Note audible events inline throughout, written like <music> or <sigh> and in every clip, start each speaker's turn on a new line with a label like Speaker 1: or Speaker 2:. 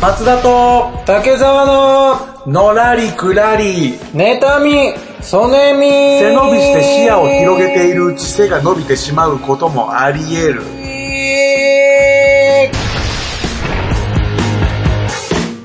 Speaker 1: 松田と
Speaker 2: 竹沢の
Speaker 1: のらりくらり
Speaker 2: 妬み、そねみ
Speaker 1: 背伸びして視野を広げているうち背が伸びてしまうこともあり得る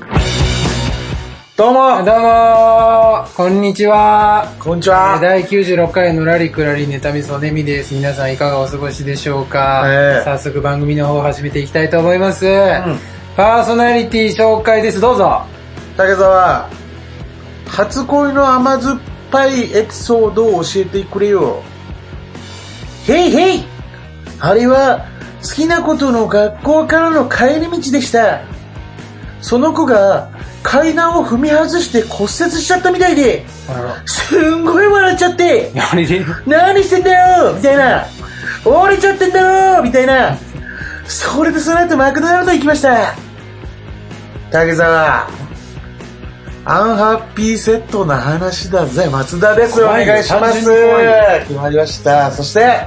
Speaker 1: どうも
Speaker 2: どうもこんにちは
Speaker 1: こんにちは
Speaker 2: 第96回のラリクラリネタミソネミです。皆さんいかがお過ごしでしょうか、
Speaker 1: ええ
Speaker 2: 早速番組の方を始めていきたいと思います、
Speaker 1: ん
Speaker 2: パーソナリティ紹介です。どうぞ。
Speaker 1: 竹澤初恋の甘酸っぱいエピソードを教えてくれよへいへいあれは好きな子との学校からの帰り道でしたその子が階段を踏み外して骨折しちゃったみたいで
Speaker 2: あ
Speaker 1: すんごい笑っちゃって
Speaker 2: ら。やれれ
Speaker 1: 何してんだよみたいな折れちゃってんだよみたいなそれでその後マクドナルド行きました竹沢アンハッピーセットな話だぜ松田ですお
Speaker 2: 怖いよ
Speaker 1: 願いしま
Speaker 2: 単
Speaker 1: す
Speaker 2: 純に怖いよ
Speaker 1: 決まりましたそして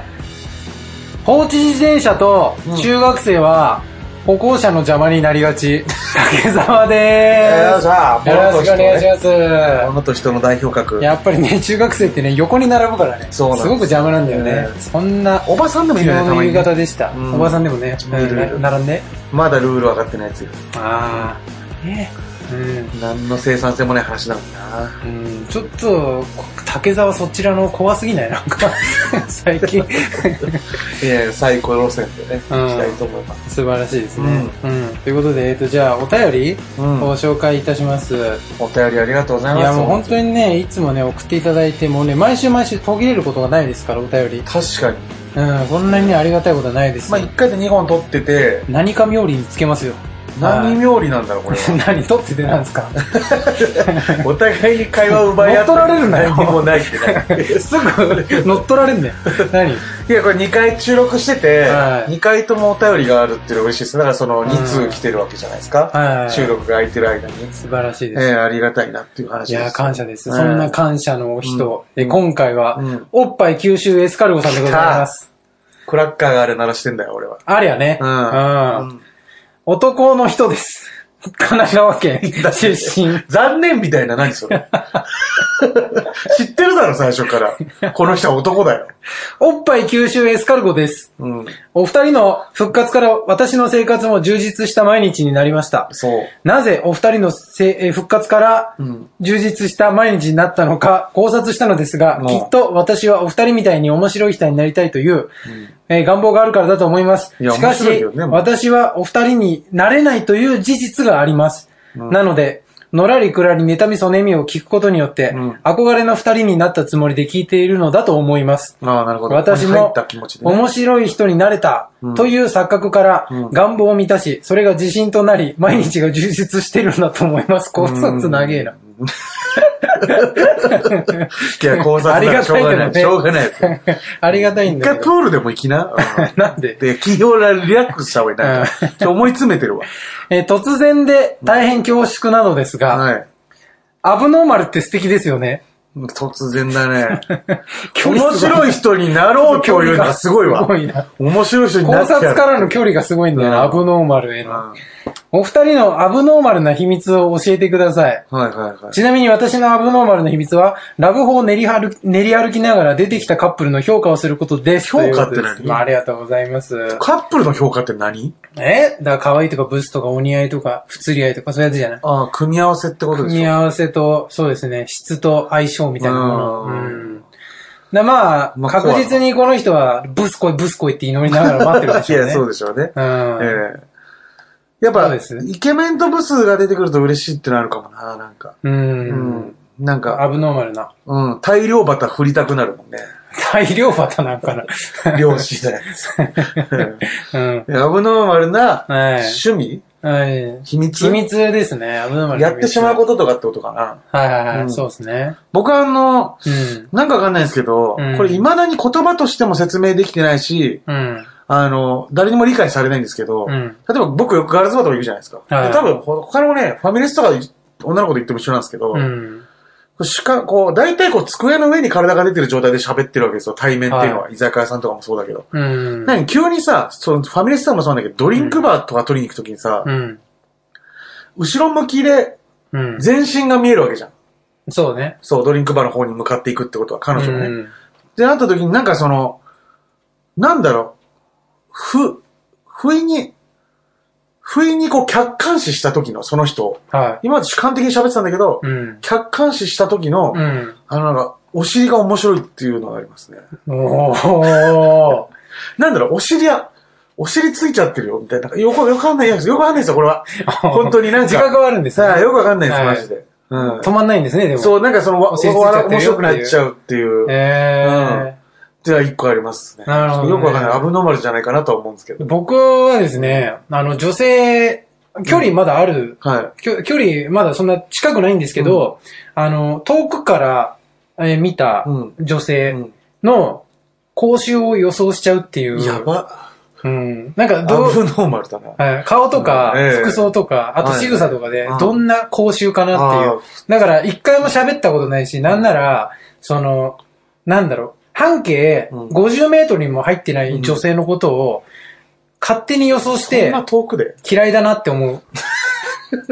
Speaker 2: 放置自転車と
Speaker 1: うん
Speaker 2: 中学生は歩行者の邪魔になりがち。竹沢
Speaker 1: え
Speaker 2: で
Speaker 1: ー
Speaker 2: ーす。
Speaker 1: じゃあ
Speaker 2: よろしくお願いし
Speaker 1: ま
Speaker 2: ます。
Speaker 1: 物と人の代表格
Speaker 2: やっぱりね、中学生ってね、横に並ぶからね、す
Speaker 1: そう
Speaker 2: ご
Speaker 1: なんです
Speaker 2: く邪魔なんだよね。
Speaker 1: ね
Speaker 2: そんな、
Speaker 1: おばさんでもい
Speaker 2: 昨
Speaker 1: るよねた
Speaker 2: 日の
Speaker 1: まに
Speaker 2: 夕方
Speaker 1: ね
Speaker 2: でした
Speaker 1: う。ん
Speaker 2: おばさんでもね、
Speaker 1: いるいる
Speaker 2: な並んで。
Speaker 1: まだルール分かってないやつよ
Speaker 2: ああ。ね。
Speaker 1: 何の生産性もない話なんだな
Speaker 2: うん。うん、ちょっと、こ竹沢そちらの怖すぎないなんか、 <laughs> 最
Speaker 1: <laughs>
Speaker 2: 近。
Speaker 1: いやいや最高路線でね、
Speaker 2: うん
Speaker 1: 行きたいと思います。
Speaker 2: 素晴らしいですね。うん。ということで、えっと、じゃあ、お便り
Speaker 1: うん
Speaker 2: を紹介いたします。
Speaker 1: お便りありがとうございます。
Speaker 2: いや、もう本当にね、いつもね、送っていただいて、もうね、毎週毎週途切れることがないですから、お便り。
Speaker 1: 確かに。
Speaker 2: うん、こんなにね、ありがたいことはないです
Speaker 1: まあ
Speaker 2: よ。
Speaker 1: 一回で2本撮ってて、
Speaker 2: 何か冥利につけますよ。
Speaker 1: 何妙理なんだろう、これは。
Speaker 2: <laughs> 何取っててなんですか
Speaker 1: <laughs> お互いに会話を奪い合って。
Speaker 2: 乗っ取られるなよ
Speaker 1: 何もないって <laughs> ね。
Speaker 2: <laughs> すぐ乗っ取られんだよ。 <laughs> 何
Speaker 1: いや、これ2回収録してて、
Speaker 2: はい
Speaker 1: 2回ともお便りがあるっていうのが嬉しいです。だからその2
Speaker 2: う
Speaker 1: 通
Speaker 2: ん
Speaker 1: 来てるわけじゃないですか。
Speaker 2: はい
Speaker 1: 収録が空いてる間に。
Speaker 2: 素晴らしい
Speaker 1: え
Speaker 2: です。
Speaker 1: えありがたいなっていう話です。
Speaker 2: いや、感謝です。
Speaker 1: ええ
Speaker 2: そんな感謝の人。
Speaker 1: うん
Speaker 2: で、今回は、
Speaker 1: うん
Speaker 2: おっぱい九州エスカルゴさんでございます。
Speaker 1: クラッカーがあれ鳴らしてんだよ、俺は。
Speaker 2: <laughs> あれやね。
Speaker 1: う
Speaker 2: うん。男の人です。神奈川 <laughs> 県出身。
Speaker 1: 残念みたいな何そ <laughs> れ。知ってるだろ、最初から。この人は男だよ。
Speaker 2: おっぱい九州エスカルゴです。
Speaker 1: うん。
Speaker 2: お二人の復活から私の生活も充実した毎日になりました。
Speaker 1: そう。
Speaker 2: なぜお二人のせえー復活から
Speaker 1: うん
Speaker 2: 充実した毎日になったのか考察したのですが、
Speaker 1: うん
Speaker 2: きっと私はお二人みたいに面白い人になりたいという、えー願望があるからだと思います。
Speaker 1: いや
Speaker 2: しかし、
Speaker 1: 面白いよねもう
Speaker 2: 私はお二人になれないという事実があります。なので、のらりくらり妬みそねみを聞くことによって、
Speaker 1: うん
Speaker 2: 憧れの二人になったつもりで聞いているのだと思います。
Speaker 1: ああ、なるほど。
Speaker 2: 私
Speaker 1: 入
Speaker 2: も
Speaker 1: った気持ちで、ね。
Speaker 2: 面白い人になれたという錯覚から
Speaker 1: うん
Speaker 2: 願望を満たし、それが自信となり、毎日が充実してるんだと思います。考察長えな。 <laughs>
Speaker 1: いや、考察だ
Speaker 2: あり
Speaker 1: から
Speaker 2: が
Speaker 1: しょうが
Speaker 2: た
Speaker 1: ないい。
Speaker 2: け
Speaker 1: しょ
Speaker 2: ど
Speaker 1: うがないです。
Speaker 2: ね。ありがたいん
Speaker 1: 一
Speaker 2: だ
Speaker 1: 回
Speaker 2: け
Speaker 1: プ
Speaker 2: ど。
Speaker 1: ールでも行きな。うん
Speaker 2: <laughs> なんで
Speaker 1: で、企業らリラックスした方がいいな。ちょっと思い詰めて
Speaker 2: <laughs>
Speaker 1: るわ。
Speaker 2: えー突然で大変恐縮なのですが、
Speaker 1: はい。
Speaker 2: アブノーマルって素敵ですよね。
Speaker 1: 突然だ
Speaker 2: <laughs>
Speaker 1: ね。面
Speaker 2: 面
Speaker 1: 白い人になろうというのがすごいわ
Speaker 2: す。
Speaker 1: <laughs>
Speaker 2: ごいな。
Speaker 1: 面白い人に
Speaker 2: 考
Speaker 1: なっちゃう。
Speaker 2: 察からの距離がすごいんだよ
Speaker 1: うん
Speaker 2: な、アブノーマルへ
Speaker 1: うん
Speaker 2: の。
Speaker 1: はい
Speaker 2: お二人のアブノーマルな秘密を教えてください。
Speaker 1: はいはい。
Speaker 2: ちなみに私のアブノーマルの秘密は、ラブホを練り歩き練り歩きながら出てきたカップルの評価をすることです。
Speaker 1: 評価って何
Speaker 2: ということですまあ、ありがとうございます。
Speaker 1: カップルの評価って何
Speaker 2: えだから可愛いとかブスとかお似合いとか、不釣り合いとかそういうやつじゃない
Speaker 1: ああ、組み合わせってことで
Speaker 2: 組み
Speaker 1: しょ。
Speaker 2: 合わせと、そうですね、質と相性みたいなもの。
Speaker 1: う
Speaker 2: うんん。だまあ、
Speaker 1: まあ
Speaker 2: 確実にこの人は、ブス来いブス来いって祈りながら待ってるで
Speaker 1: い
Speaker 2: しょうね。
Speaker 1: や、そうでしょうね。
Speaker 2: うん。
Speaker 1: ええ。やっ
Speaker 2: そう
Speaker 1: ぱ
Speaker 2: です、
Speaker 1: イケメンとブスが出てくると嬉しいってのあるかもな、なんか。
Speaker 2: う。
Speaker 1: うんん。なんか、
Speaker 2: アブノーマルな。
Speaker 1: うん、大量バタ振りたくなるもん
Speaker 2: <laughs>
Speaker 1: ね。
Speaker 2: 大量バタなん
Speaker 1: <laughs>
Speaker 2: かな。
Speaker 1: 漁師
Speaker 2: <laughs>
Speaker 1: だやつ。
Speaker 2: うん。
Speaker 1: アブノーマルな
Speaker 2: はい。
Speaker 1: 趣味
Speaker 2: はい。
Speaker 1: 秘密
Speaker 2: 秘密ですね、アブノーマルの
Speaker 1: や
Speaker 2: 秘密。
Speaker 1: ってしまうこととかってことかな。
Speaker 2: はいはいは
Speaker 1: うん
Speaker 2: い、そうですね。
Speaker 1: 僕はあの、
Speaker 2: うん。
Speaker 1: なんかわかんないですけど、
Speaker 2: うん
Speaker 1: これ未だに言葉としても説明できてないし、
Speaker 2: うん。
Speaker 1: あの、誰にも理解されないんですけど、
Speaker 2: う
Speaker 1: 例
Speaker 2: ん。
Speaker 1: えば僕よくガールズバーとか行くじゃないですか。
Speaker 2: はい
Speaker 1: で多分他のね、ファミレスとか女の子と行っても一緒なんですけど、
Speaker 2: うん。
Speaker 1: しか、こう、大体こう机の上に体が出てる状態で喋ってるわけですよ。対面っていうのは、居酒屋さんとかもそうだけど。
Speaker 2: うん。
Speaker 1: なんか急にさ、そのファミレスとかもそうなんだけど、ドリンクバーとか取りに行くときにさ、
Speaker 2: うん。
Speaker 1: 後ろ向きで
Speaker 2: うん。
Speaker 1: 全身が見えるわけじゃん。
Speaker 2: そうね。
Speaker 1: そう、ドリンクバーの方に向かっていくってことは、彼女がね。
Speaker 2: うん
Speaker 1: ってなった時になんかその、なんだろう、ふ、不意に、不意にこう客観視した時のその人を、
Speaker 2: は
Speaker 1: 今まで主観的に喋ってたんだけど、
Speaker 2: い。うん。
Speaker 1: 客観視した時の、
Speaker 2: うん。
Speaker 1: あのなんか、お尻が面白いっていうのがありますね。
Speaker 2: おー。
Speaker 1: なんだろう、お尻や、お尻ついちゃってるよ、みたいな。なんかよく、よくわかんないやつ、よくわかんないですよ、これ
Speaker 2: <laughs>
Speaker 1: は。本当になん
Speaker 2: 自
Speaker 1: か、
Speaker 2: 覚はあるんです
Speaker 1: さあ、
Speaker 2: ね。
Speaker 1: よくわかんないです、
Speaker 2: は
Speaker 1: マ
Speaker 2: い
Speaker 1: ジで。うん。
Speaker 2: 止まんないんですね、でも。
Speaker 1: そう、なんかその、わ、
Speaker 2: お尻ついちゃって
Speaker 1: 面
Speaker 2: るよ
Speaker 1: 白
Speaker 2: っていう
Speaker 1: くなっちゃうっていう。
Speaker 2: え
Speaker 1: じゃあ一個ありますね。
Speaker 2: なるほどね
Speaker 1: よくわかんない。アブノーマルじゃないかなとは思うんですけ
Speaker 2: ー
Speaker 1: ど。
Speaker 2: 僕はですね、あの、女性、距離まだある、
Speaker 1: はい。
Speaker 2: きょ距離まだそんな近くないんですけど、あの、遠くから、えー見た
Speaker 1: うん
Speaker 2: 女性
Speaker 1: う
Speaker 2: の口臭を予想しちゃうってい
Speaker 1: ん、
Speaker 2: う。
Speaker 1: や。ば。
Speaker 2: うん。なんか
Speaker 1: アブ
Speaker 2: ど
Speaker 1: ノ
Speaker 2: う、
Speaker 1: ーマルだな。
Speaker 2: はい顔とか
Speaker 1: うんええ、
Speaker 2: 服装とか、あと仕草とかで
Speaker 1: はい、
Speaker 2: どんな口臭かなっていう
Speaker 1: あ。
Speaker 2: だから、一回も喋ったことないし、なんなら、その、なんだろう、半径
Speaker 1: うん
Speaker 2: 50メートルにも入ってない女性のことを、勝手に予想
Speaker 1: ー
Speaker 2: し
Speaker 1: そん
Speaker 2: て、
Speaker 1: な遠くで。
Speaker 2: 嫌いだなっ
Speaker 1: <laughs>
Speaker 2: て思う。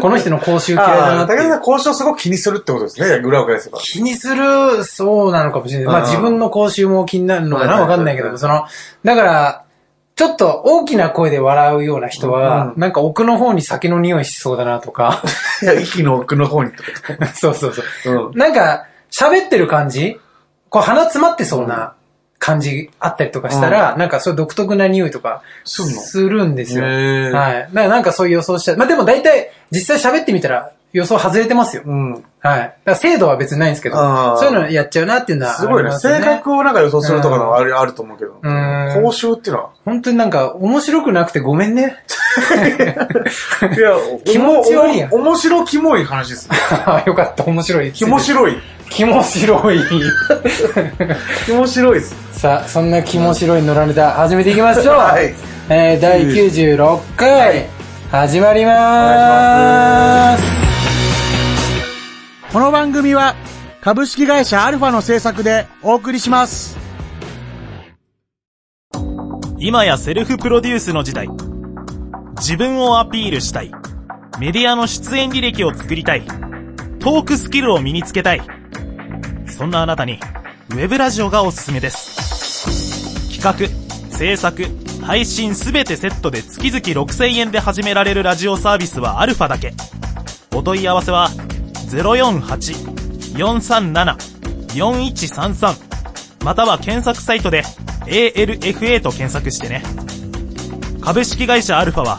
Speaker 2: この人の口臭嫌いだ
Speaker 1: あ
Speaker 2: な
Speaker 1: あ、
Speaker 2: って
Speaker 1: 武田
Speaker 2: い
Speaker 1: さ、。
Speaker 2: うん
Speaker 1: 交渉すごく気にするってことですね。裏を返せば。
Speaker 2: 気にする、そうなのかもしれない。まあ
Speaker 1: うん
Speaker 2: 自分の口臭も気になるのか
Speaker 1: は
Speaker 2: な、
Speaker 1: い
Speaker 2: わかんないけ
Speaker 1: は
Speaker 2: ど、
Speaker 1: い
Speaker 2: その、だから、ちょっと大きな声で笑うような人は
Speaker 1: う、ん
Speaker 2: なんか奥の方に酒の匂いしそうだなとか、 <laughs>
Speaker 1: いや、息の奥の方にってこ
Speaker 2: そうそうそう。
Speaker 1: と。うん。
Speaker 2: なんか、喋ってる感じこう鼻詰まってそうな感じあったりとかしたら、なんかそういう独特な匂いとか
Speaker 1: すんの
Speaker 2: するんですよ。はい。
Speaker 1: へ
Speaker 2: だ
Speaker 1: ー
Speaker 2: からなんかそういう予想しちゃう。まあでも大体、実際喋ってみたら予想外れてますよ。
Speaker 1: うん。
Speaker 2: はい。だから精度は別にないんですけど、
Speaker 1: あー
Speaker 2: そういうのやっちゃうなっていうのは
Speaker 1: すごい
Speaker 2: あり
Speaker 1: ね。
Speaker 2: ますよ
Speaker 1: 性格をなんか予想するとかのあるあると思うけど。
Speaker 2: ん
Speaker 1: 交渉っていうのは。
Speaker 2: 本当になんか面白くなくてごめんね。
Speaker 1: いや、
Speaker 2: <laughs> 気持ち悪いやん
Speaker 1: おもおも面白キモい話です
Speaker 2: <laughs>
Speaker 1: ね。
Speaker 2: よかった、面白い。
Speaker 1: 気持
Speaker 2: 白い。
Speaker 1: 白い。
Speaker 2: 気持
Speaker 1: <laughs>
Speaker 2: 白い。
Speaker 1: 気持白いです。
Speaker 2: さあ、そんな気も白い野良ネタ始めていきましょう。
Speaker 1: はい
Speaker 2: えー第96回、始まりまーす。
Speaker 1: この番組は株式会社アルファの制作でお送りします。
Speaker 3: 今やセルフプロデュースの時代自分をアピールしたいメディアの出演履歴を作りたいトークスキルを身につけたいそんなあなたにウェブラジオがおすすめです企画制作配信すべてセットで月々6000円で始められるラジオサービスはアルファだけお問い合わせは048-437-4133または検索サイトで ALFA と検索してね。株式会社アルファは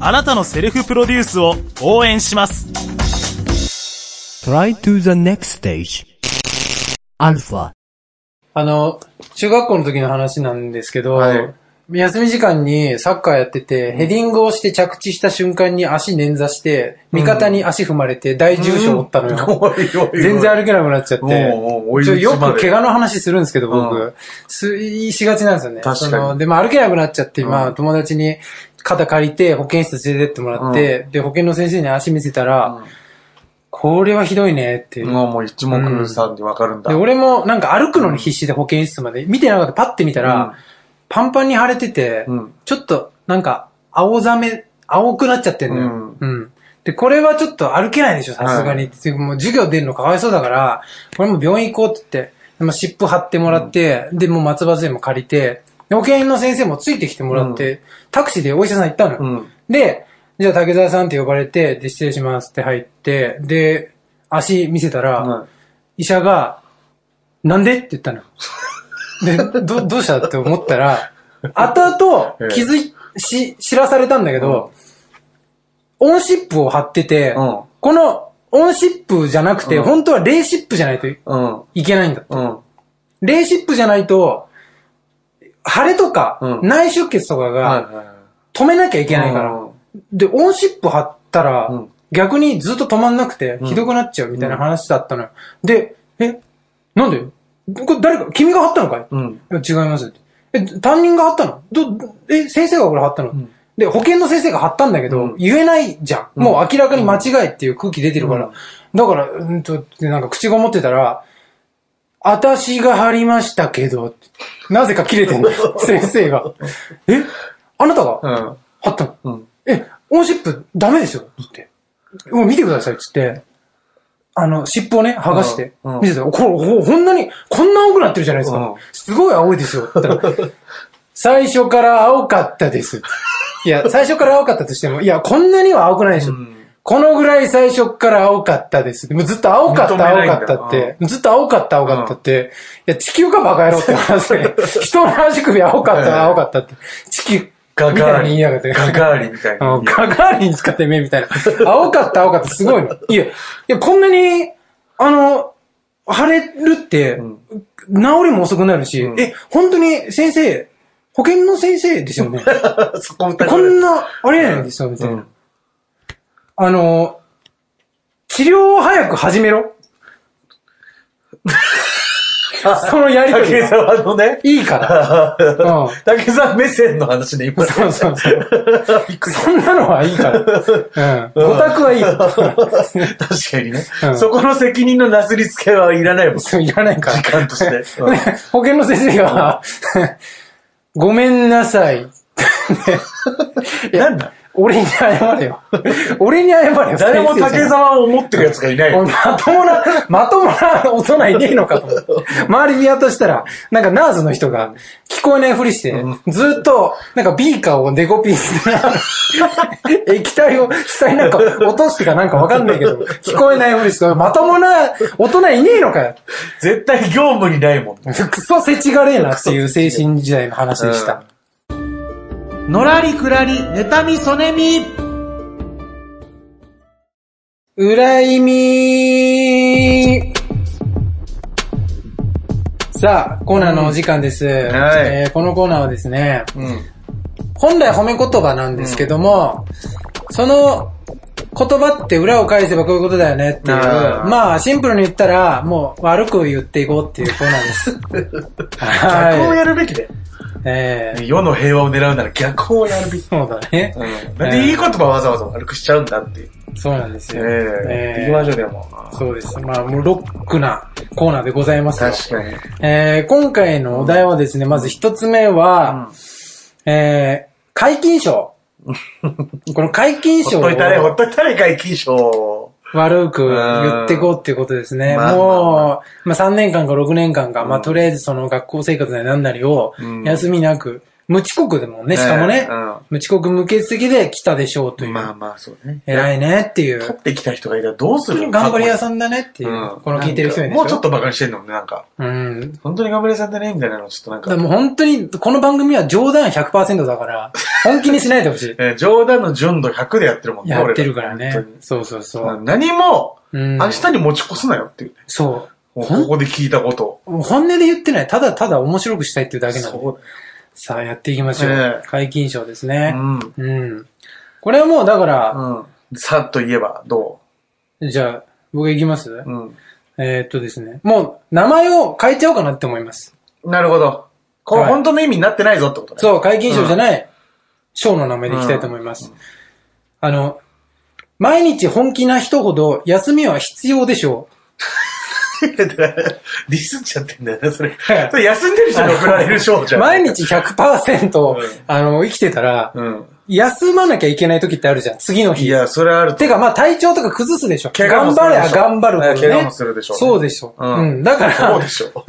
Speaker 3: あなたのセルフプロデュースを応援します。
Speaker 4: Try to the next stage. Alpha.
Speaker 2: あの、中学校の時の話なんですけど、
Speaker 1: はい
Speaker 2: 休み時間にサッカーやってて、ヘディングをして着地した瞬間に足捻挫して、味方に足踏まれて大重傷を負ったのよ。
Speaker 1: <laughs> おいおいおい
Speaker 2: 全然歩けなくなっちゃって。
Speaker 1: もうもう追い打
Speaker 2: ちょ
Speaker 1: ち
Speaker 2: よ
Speaker 1: まで
Speaker 2: く怪我の話するんですけど、
Speaker 1: う
Speaker 2: 僕。す、いしがちなんですよね。
Speaker 1: 確かに
Speaker 2: そので、まあ歩けなくなっちゃって、
Speaker 1: うん
Speaker 2: まあ友達に肩借りて保健室連れてってもらって、で、保健の先生に足見せたら、これはひどいねって。
Speaker 1: もうもう一目散にわかるんだ。
Speaker 2: で、俺もなんか歩くのに必死で保健室まで、見てなかった、パッて見た
Speaker 1: うん
Speaker 2: ら、パンパンに腫れてて、
Speaker 1: うん
Speaker 2: ちょっとなんか、青ざめ、青くなっちゃってんのよ。。
Speaker 1: うん
Speaker 2: で、これはちょっと歩けないでしょ、さすがに。ってもう授業出るのかわいそうだから、これもう病院行こうって言って、でまあ、湿布貼ってもらって、で、もう松葉杖も借りて、で保健の先生もついてきてもらって、タクシーでお医者さん行ったのよ。
Speaker 1: うん。
Speaker 2: で、じゃあ竹沢さんって呼ばれて、で、失礼しますって入って、で、足見せたら、
Speaker 1: はい
Speaker 2: 医者が、なんでって言
Speaker 1: <laughs>
Speaker 2: ったの。で、ど、どうしたって思ったら、後
Speaker 1: え
Speaker 2: 々
Speaker 1: え
Speaker 2: 気づい、し、知らされたんだけど、オンシップを貼ってて、
Speaker 1: うん
Speaker 2: このオンシップじゃなくて、
Speaker 1: うん
Speaker 2: 本当はレーシップじゃないとい
Speaker 1: うん。
Speaker 2: けないんだ。
Speaker 1: うん。
Speaker 2: レーシップじゃないと、腫れとか、
Speaker 1: うん
Speaker 2: 内出血とか
Speaker 1: はい
Speaker 2: が
Speaker 1: はいはい。
Speaker 2: 止めなきゃいけないから、
Speaker 1: うん
Speaker 2: で、オンシップ貼ったら、
Speaker 1: うん
Speaker 2: 逆にずっと止まんなくて、
Speaker 1: ん
Speaker 2: ひどくなっちゃうみたいな話だったのよ。で、え、なんでこれ誰か、君が貼ったのかい、
Speaker 1: うん。
Speaker 2: いや違いますって。え、担任が貼ったのど、どえ、先生がこれ貼ったの、
Speaker 1: ん
Speaker 2: で、保健の先生が貼ったんだけど、
Speaker 1: うん
Speaker 2: 言えないじゃん。もう明らかに間違いっていう空気出てるから。
Speaker 1: うん
Speaker 2: だから、うんと、でなんか口ごもってたら、私が貼りましたけど、なぜか切れてん
Speaker 1: <laughs>
Speaker 2: だよ、先生が。えあなたが
Speaker 1: うん。
Speaker 2: 貼ったの
Speaker 1: うん。
Speaker 2: え、オンシップダメでしょって。もう見てください、つって。あの、尻尾をね、剥がして
Speaker 1: うんうん。
Speaker 2: 見せてたら、これ、ほほんなに、こんな青くなってるじゃないです
Speaker 1: うん
Speaker 2: か。すごい青いですよ。って言
Speaker 1: <laughs>
Speaker 2: ったら最初から青かったです。いや、最初から青かったとしても、いや、こんなには青くないでしょ。このぐらい最初から青かったです。もうずっと青かった、
Speaker 1: 認めない
Speaker 2: 青
Speaker 1: んだ
Speaker 2: かったって。ずっと青かった、青かったって。いや、地球かバカ野郎って話
Speaker 1: <laughs>
Speaker 2: で。人の足首青かっ
Speaker 1: はい
Speaker 2: た、青かったって。地球
Speaker 1: ガ
Speaker 2: みた
Speaker 1: ガー
Speaker 2: いに
Speaker 1: リン。
Speaker 2: 言いやがって。
Speaker 1: ガガーリンみたい
Speaker 2: あの
Speaker 1: に。
Speaker 2: ガガーリン使って目みたいな。青かった、青かった、すごいの。いや、いや、こんなに、あの、腫れるって、
Speaker 1: ん
Speaker 2: 治りも遅くなるし、
Speaker 1: うん
Speaker 2: え、本当に先生、保健の先生です
Speaker 1: <laughs>
Speaker 2: よね。
Speaker 1: そこも高い
Speaker 2: こんな、ありえないんですよ、みたいな。
Speaker 1: うん
Speaker 2: あの、治療を早く始めろ。そのやりと
Speaker 1: 竹
Speaker 2: りが
Speaker 1: 沢のね。
Speaker 2: いいから。
Speaker 1: <laughs>
Speaker 2: うん。
Speaker 1: 竹沢目線の話ね、今。
Speaker 2: そうそうそう。
Speaker 1: <laughs> びっくり
Speaker 2: そんなのはいいから。うん。オタ
Speaker 1: <laughs>
Speaker 2: クはいいよ。
Speaker 1: 確かにね
Speaker 2: う。ん
Speaker 1: そこの責任のなすりつけはいらないもん。時
Speaker 2: そう、いらないから。
Speaker 1: 間として。うん
Speaker 2: で <laughs> 保健の先生が、ごめんなさい。ね <laughs> いや
Speaker 1: なんだ
Speaker 2: 俺に謝れよ。俺に謝れよ。
Speaker 1: 誰も
Speaker 2: 先生
Speaker 1: 竹
Speaker 2: じゃない
Speaker 1: 沢を思ってる奴がいない
Speaker 2: おい
Speaker 1: よ。
Speaker 2: まともな、まともな大人いねえのかと思って。周り見渡したら、なんかナーズの人が聞こえないふりして、ずっと、なんかビーカーをデコピンして、 <laughs> 液体を下になんか落としてかなんかわかんないけど、聞こえないふりして、おいまともな大人いねえのかよ。
Speaker 1: 絶対業務にないもん。
Speaker 2: <laughs> クソせちがれえなっていう精神時代の話でした。
Speaker 1: のらりくらり、妬み、そねみ。
Speaker 2: 裏意味さあ、コーナーのお時間です。
Speaker 1: はい
Speaker 2: えーこのコーナーはですね、
Speaker 1: うん。
Speaker 2: 本来褒め言葉なんですけども、その言葉って裏を返せばこういうことだよねっていう、
Speaker 1: あー
Speaker 2: まあシンプルに言ったら、もう悪く言っていこうっていうコーナーです。 <laughs>
Speaker 1: 逆を
Speaker 2: は
Speaker 1: やるべきだよ。
Speaker 2: い。えー、
Speaker 1: 世の平和を狙うなら逆をやるべき。
Speaker 2: そうだね。
Speaker 1: なんでいい言葉わざわざ悪くしちゃうんだっていう。
Speaker 2: そうなんです
Speaker 1: え
Speaker 2: よ。
Speaker 1: え。行きましょう、でも。
Speaker 2: そうです。まあ、もうロックなコーナーでございますよ。
Speaker 1: 確かに。
Speaker 2: えー今回のお題はですね、まず一つ目は、えー、解
Speaker 1: <laughs>
Speaker 2: 禁賞。この解禁
Speaker 1: ほ
Speaker 2: 賞
Speaker 1: っ
Speaker 2: を
Speaker 1: といたれ、ほっといたれ、外禁賞。
Speaker 2: 悪く言ってこうっていうことですね。
Speaker 1: うんまあ
Speaker 2: もう、まあ3年間か6年間か、まあとりあえずその学校生活なりなんなりを
Speaker 1: うん
Speaker 2: 休みなく、無遅刻でもんね、しかもね、
Speaker 1: ええうん
Speaker 2: 無遅刻無欠席で来たでしょうという。
Speaker 1: まあまあ、そうね。
Speaker 2: 偉いねっていう。
Speaker 1: 取
Speaker 2: 本
Speaker 1: ってきた人がいたらどうす
Speaker 2: 当
Speaker 1: る
Speaker 2: に頑張り屋
Speaker 1: んっ
Speaker 2: さんだねって
Speaker 1: て
Speaker 2: いう。この聞いてる人にね。
Speaker 1: もうちょっと馬鹿にしてんのもね、なんか。
Speaker 2: うん。
Speaker 1: 本当に頑張り屋さんだね、みたいなの、ちょっとなん
Speaker 2: だから
Speaker 1: か。。
Speaker 2: もう本当に、この番組は冗談100%だから、本気にしないでほしい
Speaker 1: えー冗談の純度100でやってるもん
Speaker 2: やってるからね
Speaker 1: <laughs> 俺ら本。
Speaker 2: そうそうそ
Speaker 1: 当
Speaker 2: う。
Speaker 1: に何も、
Speaker 2: うん
Speaker 1: 明日に持ち越すなよっていう。
Speaker 2: そ
Speaker 1: もうここで聞いたことを。
Speaker 2: う。もう本音で言ってない。ただただ面白くしたいっていうだけなので。
Speaker 1: う
Speaker 2: さあ、やっていきましょ
Speaker 1: え
Speaker 2: う
Speaker 1: え。
Speaker 2: 解禁賞です
Speaker 1: だ
Speaker 2: ね。
Speaker 1: ね。
Speaker 2: うん。これはもう、だから、
Speaker 1: うん。うん。さっと言えば、ど
Speaker 2: じゃあ、僕いきます
Speaker 1: ううん。
Speaker 2: えーっとですね。もう、名前を変えちゃおうかなって思います。
Speaker 1: なるほど。これ
Speaker 2: はい
Speaker 1: 本当の意味になってないぞってことね。う。
Speaker 2: そう、解禁賞じゃない、賞の名前でいきたいと思います。あの、毎日本気な人ほど休みは必要でしょう。
Speaker 1: <laughs> ディスっちゃってんだよね、それ
Speaker 2: はい。
Speaker 1: それ休んでる人に送られる賞じゃん。
Speaker 2: 毎日100%、
Speaker 1: うん
Speaker 2: あの、生きてたら、
Speaker 1: うん。
Speaker 2: 休まなきゃいけない時ってあるじゃん、次の
Speaker 1: い
Speaker 2: 日。
Speaker 1: や、それはあると
Speaker 2: てか、まあ、体調とか崩すでしょ。
Speaker 1: 怪我も
Speaker 2: 頑
Speaker 1: す
Speaker 2: 張
Speaker 1: る
Speaker 2: れ
Speaker 1: でしょ
Speaker 2: ば頑張るほどね。
Speaker 1: 怪我もするでしょ
Speaker 2: そうでしょ。
Speaker 1: うん
Speaker 2: うん。だか
Speaker 1: そうで
Speaker 2: ら、
Speaker 1: し
Speaker 2: <laughs>
Speaker 1: ょ。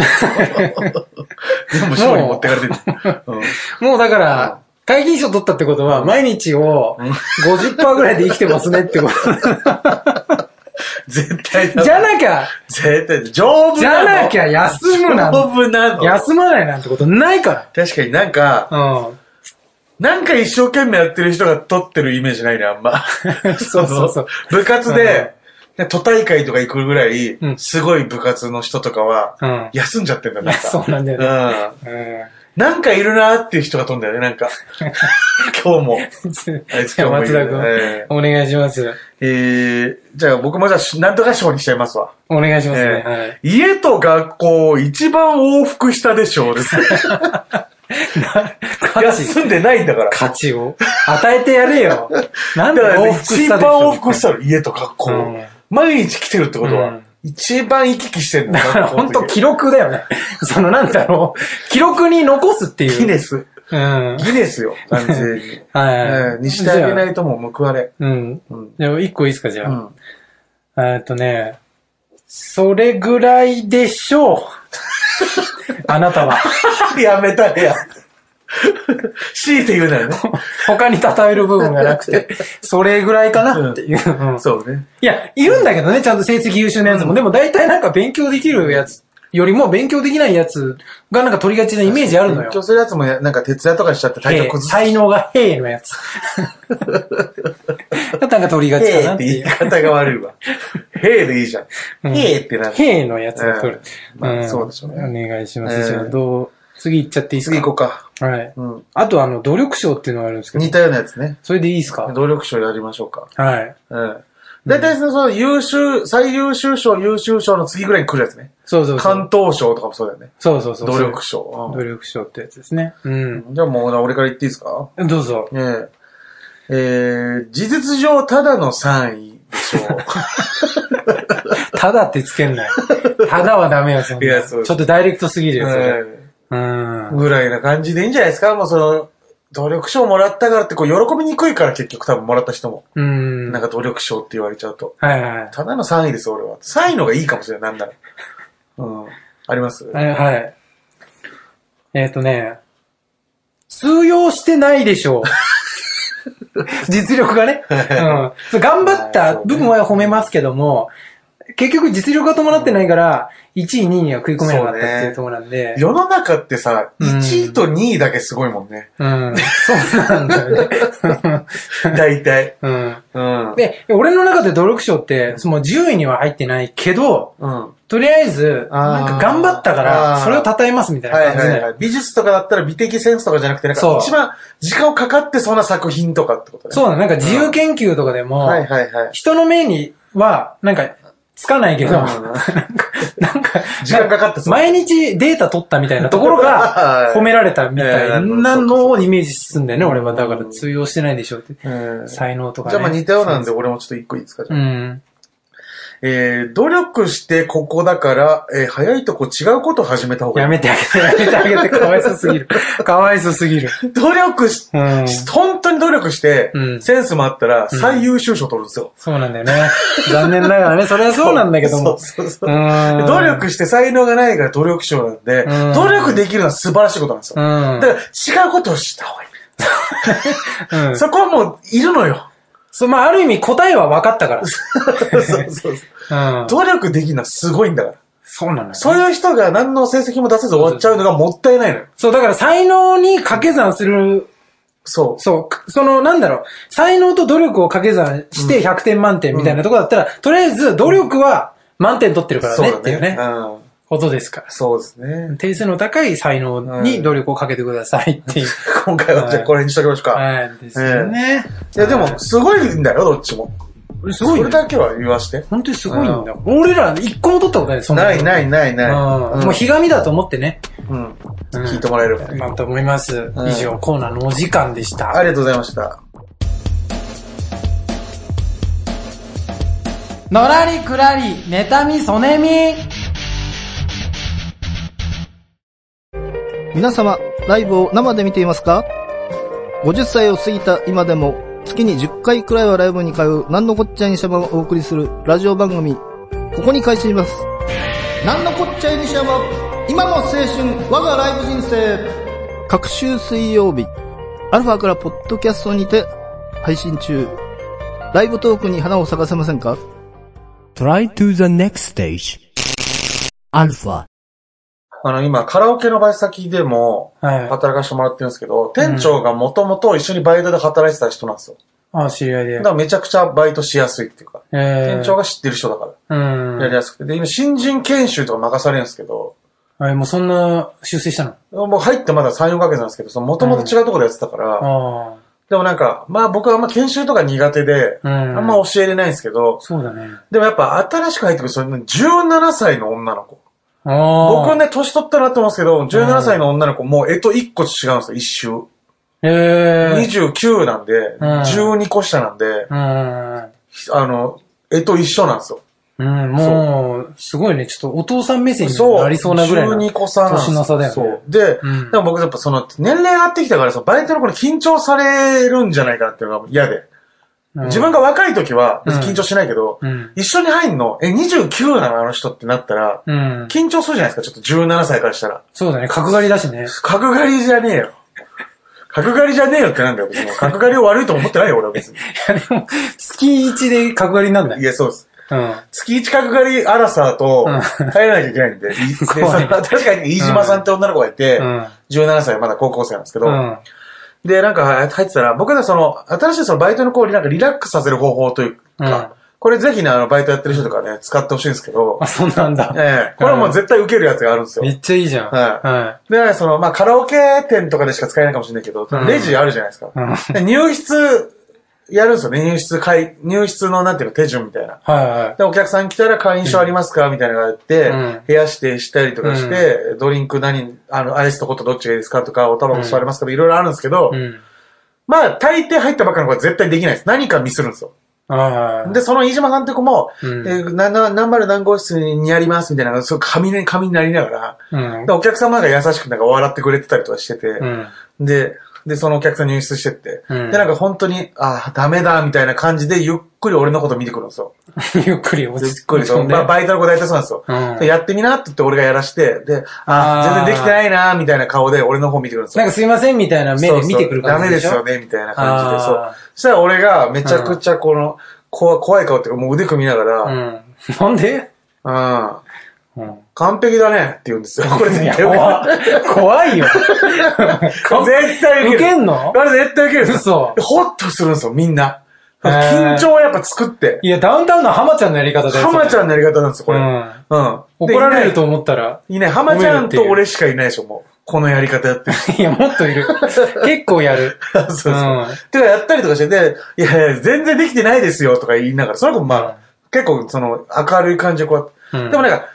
Speaker 1: 全部賞に持ってかれてる。うん
Speaker 2: もうだから、会議所取ったってことは、毎日を50%ぐらいで生きてますねってこ
Speaker 1: <laughs> 絶対
Speaker 2: と。
Speaker 1: だ
Speaker 2: じゃなきゃ、
Speaker 1: 絶対、丈夫なの
Speaker 2: じゃなきゃ休むな
Speaker 1: 丈夫なの。
Speaker 2: 休まないなんてことないか
Speaker 1: 確かになんか、
Speaker 2: ら。うん。
Speaker 1: なんか一生懸命やってる人が撮ってるイメージないね、あんま。
Speaker 2: <laughs> そうそうそう。
Speaker 1: 部活で、ね都大会とか行くぐらい、
Speaker 2: うん
Speaker 1: すごい部活の人とかは、
Speaker 2: うん
Speaker 1: 休んじゃってんだよ、なんか。
Speaker 2: <laughs> そうなんだよね
Speaker 1: うん。
Speaker 2: <laughs> う
Speaker 1: なんかいるなーっていう人が飛んだよね、なん
Speaker 2: <laughs>
Speaker 1: か。今日も。
Speaker 2: ん。
Speaker 1: あいつ
Speaker 2: じゃあ
Speaker 1: 今日
Speaker 2: 松
Speaker 1: もい
Speaker 2: 田
Speaker 1: るねええ
Speaker 2: 君、お願いします。
Speaker 1: えー、じゃあ僕もじゃあ、なんとか賞にしちゃいますわ。
Speaker 2: お願いしますね。
Speaker 1: えー
Speaker 2: はい。
Speaker 1: 家と学校を一番往復したでしょうです。
Speaker 2: 価値、
Speaker 1: 休んでないんだから。
Speaker 2: 価値を与えてやれよ。なんで
Speaker 1: だから
Speaker 2: 往
Speaker 1: ね
Speaker 2: 復し
Speaker 1: 一
Speaker 2: たでし
Speaker 1: 番
Speaker 2: ょ
Speaker 1: 往復
Speaker 2: <laughs>
Speaker 1: したの、家と学校を
Speaker 2: うん。
Speaker 1: 毎日来てるってこと
Speaker 2: う
Speaker 1: は
Speaker 2: ん、
Speaker 1: 一番行き来してんだ
Speaker 2: <laughs> だから本当記録だよね。そのなんだろう。記録に残すっていう。
Speaker 1: ギネス。
Speaker 2: うん。
Speaker 1: 義ですよ、完全
Speaker 2: <laughs>
Speaker 1: に。
Speaker 2: はいはい
Speaker 1: えーにしてあげないともう報われ。
Speaker 2: うん。
Speaker 1: うん。
Speaker 2: でも、一個いいですか、じゃ
Speaker 1: う
Speaker 2: あ。
Speaker 1: ん。
Speaker 2: えーっとね、それぐらいでしょう。あなたは。
Speaker 1: やめたいや。強いて言うなよね。
Speaker 2: 他に称える部分がな
Speaker 1: <laughs>
Speaker 2: くて、それぐらいかなっていう。うん
Speaker 1: そうね。
Speaker 2: いや、いるんだけどね、ちゃんと成績優秀なやつも。でも大体なんか勉強できるやつよりも勉強できないやつがなんか取りがちなイメージあるのよ
Speaker 1: 勉。強するやつもや、なんか徹夜とかしちゃって体
Speaker 2: え
Speaker 1: 調
Speaker 2: ー
Speaker 1: 崩す。
Speaker 2: 才能が平のやつ。だったらなんか取りがち
Speaker 1: へ
Speaker 2: か
Speaker 1: ー
Speaker 2: な
Speaker 1: っ
Speaker 2: ってて
Speaker 1: 言い
Speaker 2: <laughs> いう。
Speaker 1: 方が悪いわ。へーでいいじゃん。
Speaker 2: うん
Speaker 1: へーってなる。
Speaker 2: 平のやつを取る。
Speaker 1: えーまあ
Speaker 2: ん
Speaker 1: そうでしょうね
Speaker 2: お願いしま
Speaker 1: えー
Speaker 2: す。じゃあ、どう、次行っちゃっていいですか
Speaker 1: 次行こうか。
Speaker 2: う。はい。
Speaker 1: うん。
Speaker 2: あと、あの、努力賞っていうのがあるんですけど
Speaker 1: 似、たようなやつね。
Speaker 2: それでいいですか
Speaker 1: 努力賞やりましょうか。
Speaker 2: はい。
Speaker 1: うん。大体その、その優秀、最優秀賞、優秀賞の次ぐらいに来るやつね。
Speaker 2: そうそうそう。
Speaker 1: 関東賞とかもそうだよね。
Speaker 2: そうそうそう。
Speaker 1: 努力賞。
Speaker 2: 努力賞ってやつですね。うん。
Speaker 1: うんじゃあもう、俺から言っていいですか
Speaker 2: どうぞ。
Speaker 1: ねえ。えー、事実上ただの3位で
Speaker 2: <laughs>
Speaker 1: しょ
Speaker 2: ただってつけんな <laughs> よ。ただはダメよ、そんない
Speaker 1: やそう
Speaker 2: ちょっとダイレクトすぎる
Speaker 1: う。
Speaker 2: よ、それ。
Speaker 1: え
Speaker 2: うん
Speaker 1: ー。ぐらいな感じでいいんじゃないですかもうその、努力賞もらったからって、こう、喜びにくいから結局多分もらった人も。
Speaker 2: うん。
Speaker 1: なんか努力賞って言われちゃうと。
Speaker 2: はいはい。
Speaker 1: ただの3位です、俺は。3位の方がいいかもしれない、なんなら。うん。あります
Speaker 2: はいはい。えっ、とね、通用してないでし <laughs> ょう。実力がね。うん。そう頑張った部分は褒めますけども、結局実力が伴ってないから、1位、2位には食い込めなかったっていうところなんで。
Speaker 1: 世の中ってさ、
Speaker 2: うん
Speaker 1: 1位と2位だけすごいもん
Speaker 2: <laughs>
Speaker 1: ね。
Speaker 2: うん。そうなんだよね。 <laughs>
Speaker 1: 大体。
Speaker 2: うん。
Speaker 1: うん。
Speaker 2: で、俺の中で努力賞って、その10位には入ってないけど、
Speaker 1: うん。は
Speaker 2: とりあえず、
Speaker 1: あー
Speaker 2: なんか頑張ったか
Speaker 1: あ
Speaker 2: ら、
Speaker 1: ー
Speaker 2: それを称えますみ
Speaker 1: い
Speaker 2: たいな感じ
Speaker 1: はい
Speaker 2: で
Speaker 1: はい。美術とかだったら美的センスとかじゃなくて、なん
Speaker 2: そ
Speaker 1: か
Speaker 2: う
Speaker 1: 一番時間をかかってそうな作品とかってことね。
Speaker 2: そうだね、なんか自由研究とかでも、
Speaker 1: はいはいはい。
Speaker 2: 人の目には、なんか、つか <laughs> ないけど、
Speaker 1: うん
Speaker 2: なんか、
Speaker 1: 時間かかってそう。
Speaker 2: 毎日データ取ったみたいなところ
Speaker 1: は
Speaker 2: が
Speaker 1: い
Speaker 2: 褒められたみたいなのをイメージするんだよね、
Speaker 1: うん
Speaker 2: 俺は。だから通用してないでしょうって。
Speaker 1: うんじゃ
Speaker 2: 才能とかね。
Speaker 1: あまあ似たようなんで、俺もちょっと一個いいですかじ
Speaker 2: う
Speaker 1: ゃあ
Speaker 2: ん。
Speaker 1: えー、努力してここだから、えー早いとこ違うこと始めた方がい
Speaker 2: や
Speaker 1: い。
Speaker 2: めてあげて、やめてあげて、かわいそうすぎる。かわいそうすぎる。
Speaker 1: 努力し、
Speaker 2: うん。
Speaker 1: 本当に努力して
Speaker 2: う、ん
Speaker 1: センスもあったら、
Speaker 2: ん
Speaker 1: 最優秀賞取るんですよ。
Speaker 2: そうなんだよね。残念ながら
Speaker 1: <laughs>
Speaker 2: ね、それはそうなんだけども。
Speaker 1: そうそうそうう。
Speaker 2: ーん
Speaker 1: 努力して才能がないから努力賞なんで、
Speaker 2: うん
Speaker 1: 努力できるのは素晴らしいことなんです
Speaker 2: う
Speaker 1: よ。
Speaker 2: ん
Speaker 1: だ。から違うことをした方がいい。
Speaker 2: うん。
Speaker 1: そこはもういるのよ。
Speaker 2: そう、まあ、ある意味答えは分かったか
Speaker 1: そうそうそう <laughs>
Speaker 2: ら。うん。
Speaker 1: 努力できるのはすごいんだから。
Speaker 2: そうなのよ。
Speaker 1: そういう人が何の成績も出せず終わっちゃうのがもったいないのよ。
Speaker 2: そう、だから才能に掛け算する、
Speaker 1: そ
Speaker 2: そうく、その、なんだろう、才能と努力を掛け算して100点満点みたいなところだったら、とりあえず努力は満点取ってる
Speaker 1: う。
Speaker 2: から
Speaker 1: そ
Speaker 2: ね
Speaker 1: うだ
Speaker 2: っていうね、
Speaker 1: うん。
Speaker 2: ことですから。
Speaker 1: そうですね。
Speaker 2: 点数の高い才能に努力をかけてくださいっていう。
Speaker 1: 今回はじゃあこれにしときましょうか。
Speaker 2: <laughs> はい、ですよね。
Speaker 1: いやでも、すごいんだよ、どっちも。
Speaker 2: すご
Speaker 1: そ
Speaker 2: いね
Speaker 1: れだけは言わして。
Speaker 2: 本当にすごいんだよ。俺ら一個も取ったことないよ、そんな。
Speaker 1: ないないいない
Speaker 2: うん。
Speaker 1: ない。うん
Speaker 2: もう、ひがみだと思ってね。
Speaker 1: うん。
Speaker 2: うん
Speaker 1: 聞いてもらえればね。
Speaker 2: なんと思います。
Speaker 1: うん
Speaker 2: 以上、コーナーのお時間でした。
Speaker 1: ありがとうございました。
Speaker 2: のらりくらり、妬み、そねみ。
Speaker 5: 皆様、ライブを生で見ていますか ?50 歳を過ぎた今でも、月に10回くらいはライブに通う、なんのこっちゃいにしゃばをお送りする、ラジオ番組、ここに開始します。なんのこっちゃいにしゃば、今の青春、我がライブ人生。各週水曜日、アルファからポッドキャストにて、配信中。ライブトークに花を咲かせませんか
Speaker 4: Try to the next stage. Alpha.
Speaker 1: あの、今、カラオケのバイト先でも、
Speaker 2: はい。
Speaker 1: 働かせてもらってるんですけど、店長がもともと一緒にバイトで働いてた人なんですよ。
Speaker 2: あ、知り合いで
Speaker 1: だか。らめちゃくちゃバイトしやすいっていうか、
Speaker 2: え
Speaker 1: 店長が知ってる人だか
Speaker 2: う
Speaker 1: ら、やり
Speaker 2: ん。
Speaker 1: やすくて。で、今、新人研修とか任されるんですけど、
Speaker 2: あれ、もうそんな修正したの
Speaker 1: もう入ってまだ3、4ヶ月なんですけど、その元々違うところでやってたから、
Speaker 2: あ
Speaker 1: でもなんか、まあ僕はあんま研修とか苦手で、
Speaker 2: あ。うん。
Speaker 1: あんま教えれないんですけど、
Speaker 2: そうだね。
Speaker 1: でもやっぱ新しく入ってくる、それ17歳の女の子。
Speaker 2: ああ。
Speaker 1: 僕。ね、年取ったなと思うんですけど、17歳の女の子、もうえと1個違うんですよ、一周。
Speaker 2: ええ。
Speaker 1: 29なんで、
Speaker 2: ん
Speaker 1: 12個下なんで、
Speaker 2: うん。
Speaker 1: あの、えと一緒なんですよ。
Speaker 2: うん、もう、すごいね。ちょっとお父さん目線になりそうなぐらいな。
Speaker 1: 12個差なんです
Speaker 2: 年の差だよね
Speaker 1: そう。で、
Speaker 2: うん
Speaker 1: でも僕やっぱその、年齢上がってきたからさ、バイトのこれ緊張されるんじゃないかなっていうのが嫌で。
Speaker 2: うん
Speaker 1: 自分が若い時は、別に緊張しないけど、
Speaker 2: うん。
Speaker 1: 一緒に入んの、え、29なのあの人ってなったら、
Speaker 2: うん。
Speaker 1: 緊張するじゃないですか、ちょっと17歳からしたら。
Speaker 2: そうだね。角刈りだしね。
Speaker 1: 角刈りじゃねえよ。角刈りじゃねえよってなんだよ、別に。角刈りを悪いと思ってないよ、俺は別に。
Speaker 2: いやでも、月一で角刈りになんだ
Speaker 1: い
Speaker 2: よ。
Speaker 1: や、そうです。
Speaker 2: うん。
Speaker 1: 月一角刈りアラサーと
Speaker 2: うん
Speaker 1: 帰らなきゃいけない
Speaker 2: <laughs>
Speaker 1: んで。いでその
Speaker 2: 怖い
Speaker 1: 確かに飯島さんって女の子がいて、
Speaker 2: うん。
Speaker 1: 17歳まだ高校生なんですけど、
Speaker 2: うん。
Speaker 1: で、なんか入ってたら、僕らその、新しいそのバイトの子になんかリラックスさせる方法というか、これぜひね、あの、バイトやってる人とかね、使ってほしいんですけど
Speaker 2: <laughs> あ、、そうなんだ。
Speaker 1: ええこれはもう絶対受けるやつがあるんですよ
Speaker 2: め。っちゃいいじゃん。は
Speaker 1: で、その、まあ、カラオケ店とかでしか使えないかもしれないけど、
Speaker 2: うん
Speaker 1: レジあるじゃないですか。
Speaker 2: い。うん。はい
Speaker 1: で入室、やるんですよね。入室会、入室のなんていうの手順みたいな。
Speaker 2: は
Speaker 1: で、お客さん来たら会員証ありますか、みたいなのがあって、
Speaker 2: うん
Speaker 1: 部屋指定したりとかして、ドリンク何、あの、アイスとホットどっちがいいですかとか、おタバコ吸われますかとか、いろいろあるんですけど、
Speaker 2: い。うん。
Speaker 1: まあ、大抵入ったばっかの子は絶対できないです。何かミスるんですよ。
Speaker 2: はいはい。
Speaker 1: で、その飯島さんって子も、
Speaker 2: うん
Speaker 1: えーなな何丸何号室にありますみたいなのが、そう、紙に、紙になりながら、
Speaker 2: うん
Speaker 1: で。お客様が優しくなんか笑ってくれてたりとかしてて、
Speaker 2: うん。 <laughs>
Speaker 1: で、で、そのお客さん入室してって、
Speaker 2: うん
Speaker 1: で、なんか本当に、ああ、ダメだ、みたいな感じで、ゆっくり俺のこと見てくるんですよ。
Speaker 2: ゆっくり落
Speaker 1: ゆっ
Speaker 2: ち
Speaker 1: くり、そ
Speaker 2: 込
Speaker 1: の
Speaker 2: んで。
Speaker 1: まあバイトの子大体そうなんですよ。
Speaker 2: うん
Speaker 1: でやってみなって言って俺がやらして、で、ああ、
Speaker 2: あー
Speaker 1: 全然できてないな、みたいな顔で俺の方見てくるんです
Speaker 2: なん
Speaker 1: よ。
Speaker 2: かすいませんみたいな目
Speaker 1: そう
Speaker 2: で
Speaker 1: そう
Speaker 2: 見てくる感じでしょ。
Speaker 1: ダメですよね、みたいな感じで、
Speaker 2: あー
Speaker 1: そう。そしたら俺がめちゃくちゃこの、こわ怖い顔っていうか、もう腕組みながら、
Speaker 2: うん。なんで
Speaker 1: うん、
Speaker 2: うん。
Speaker 1: 完璧だねって言うんですよ。これ
Speaker 2: <laughs> い
Speaker 1: 絶
Speaker 2: や、
Speaker 1: 対受け
Speaker 2: 怖
Speaker 1: る。 <laughs>
Speaker 2: い。怖いよ。
Speaker 1: 絶対受
Speaker 2: 受
Speaker 1: け
Speaker 2: け
Speaker 1: る。
Speaker 2: んの
Speaker 1: あれ絶対受けるんですよ。
Speaker 2: 嘘。
Speaker 1: ほっとするんですよ、みんな。
Speaker 2: へー
Speaker 1: 緊張はやっぱ作って。
Speaker 2: いや、ダウンタウンの浜ちゃんのやり方だよ。
Speaker 1: 浜ち
Speaker 2: ゃん、
Speaker 1: ゃんのやり方なんですよ、これ。
Speaker 2: う
Speaker 1: うん。
Speaker 2: ん。怒られると思ったら。
Speaker 1: で。いない、浜ちゃんと俺しかいないでしょ、もう。このやり方やってる。
Speaker 2: いや、もっと
Speaker 1: <laughs>
Speaker 2: いる。結構やる。
Speaker 1: そうそう。
Speaker 2: うん
Speaker 1: てか、やったりとかして、で、いやいや、全然できてないですよ、とか言いながら、その子もまあ、
Speaker 2: うん
Speaker 1: 結構、その、明るい感じでこう、
Speaker 2: うん
Speaker 1: でもなんか、